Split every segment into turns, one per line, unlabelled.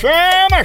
chama,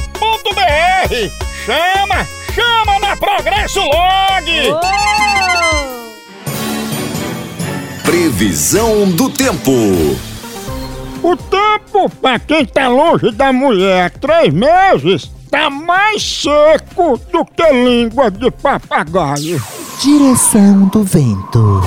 progressolog.com.br. Chama, chama na Progresso Log.
Oh!
Previsão do tempo.
O tempo pra quem tá longe da mulher há três meses tá mais seco do que língua de papagaio.
Direção do vento.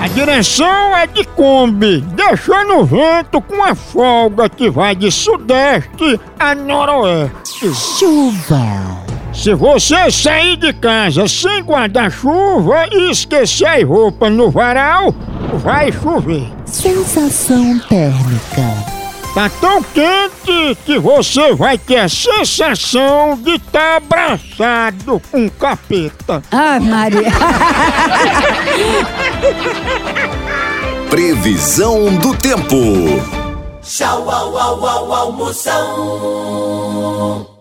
A direção é de Kombi, deixando o vento com a folga que vai de sudeste a noroeste.
Chuva.
Se você sair de casa sem guarda-chuva e esquecer as roupas no varal, vai chover.
Sensação térmica.
Tá tão quente que você vai ter a sensação de estar abraçado com um capeta.
Ah, Maria!
Previsão do tempo.
Tchau, au, au, au, almoção.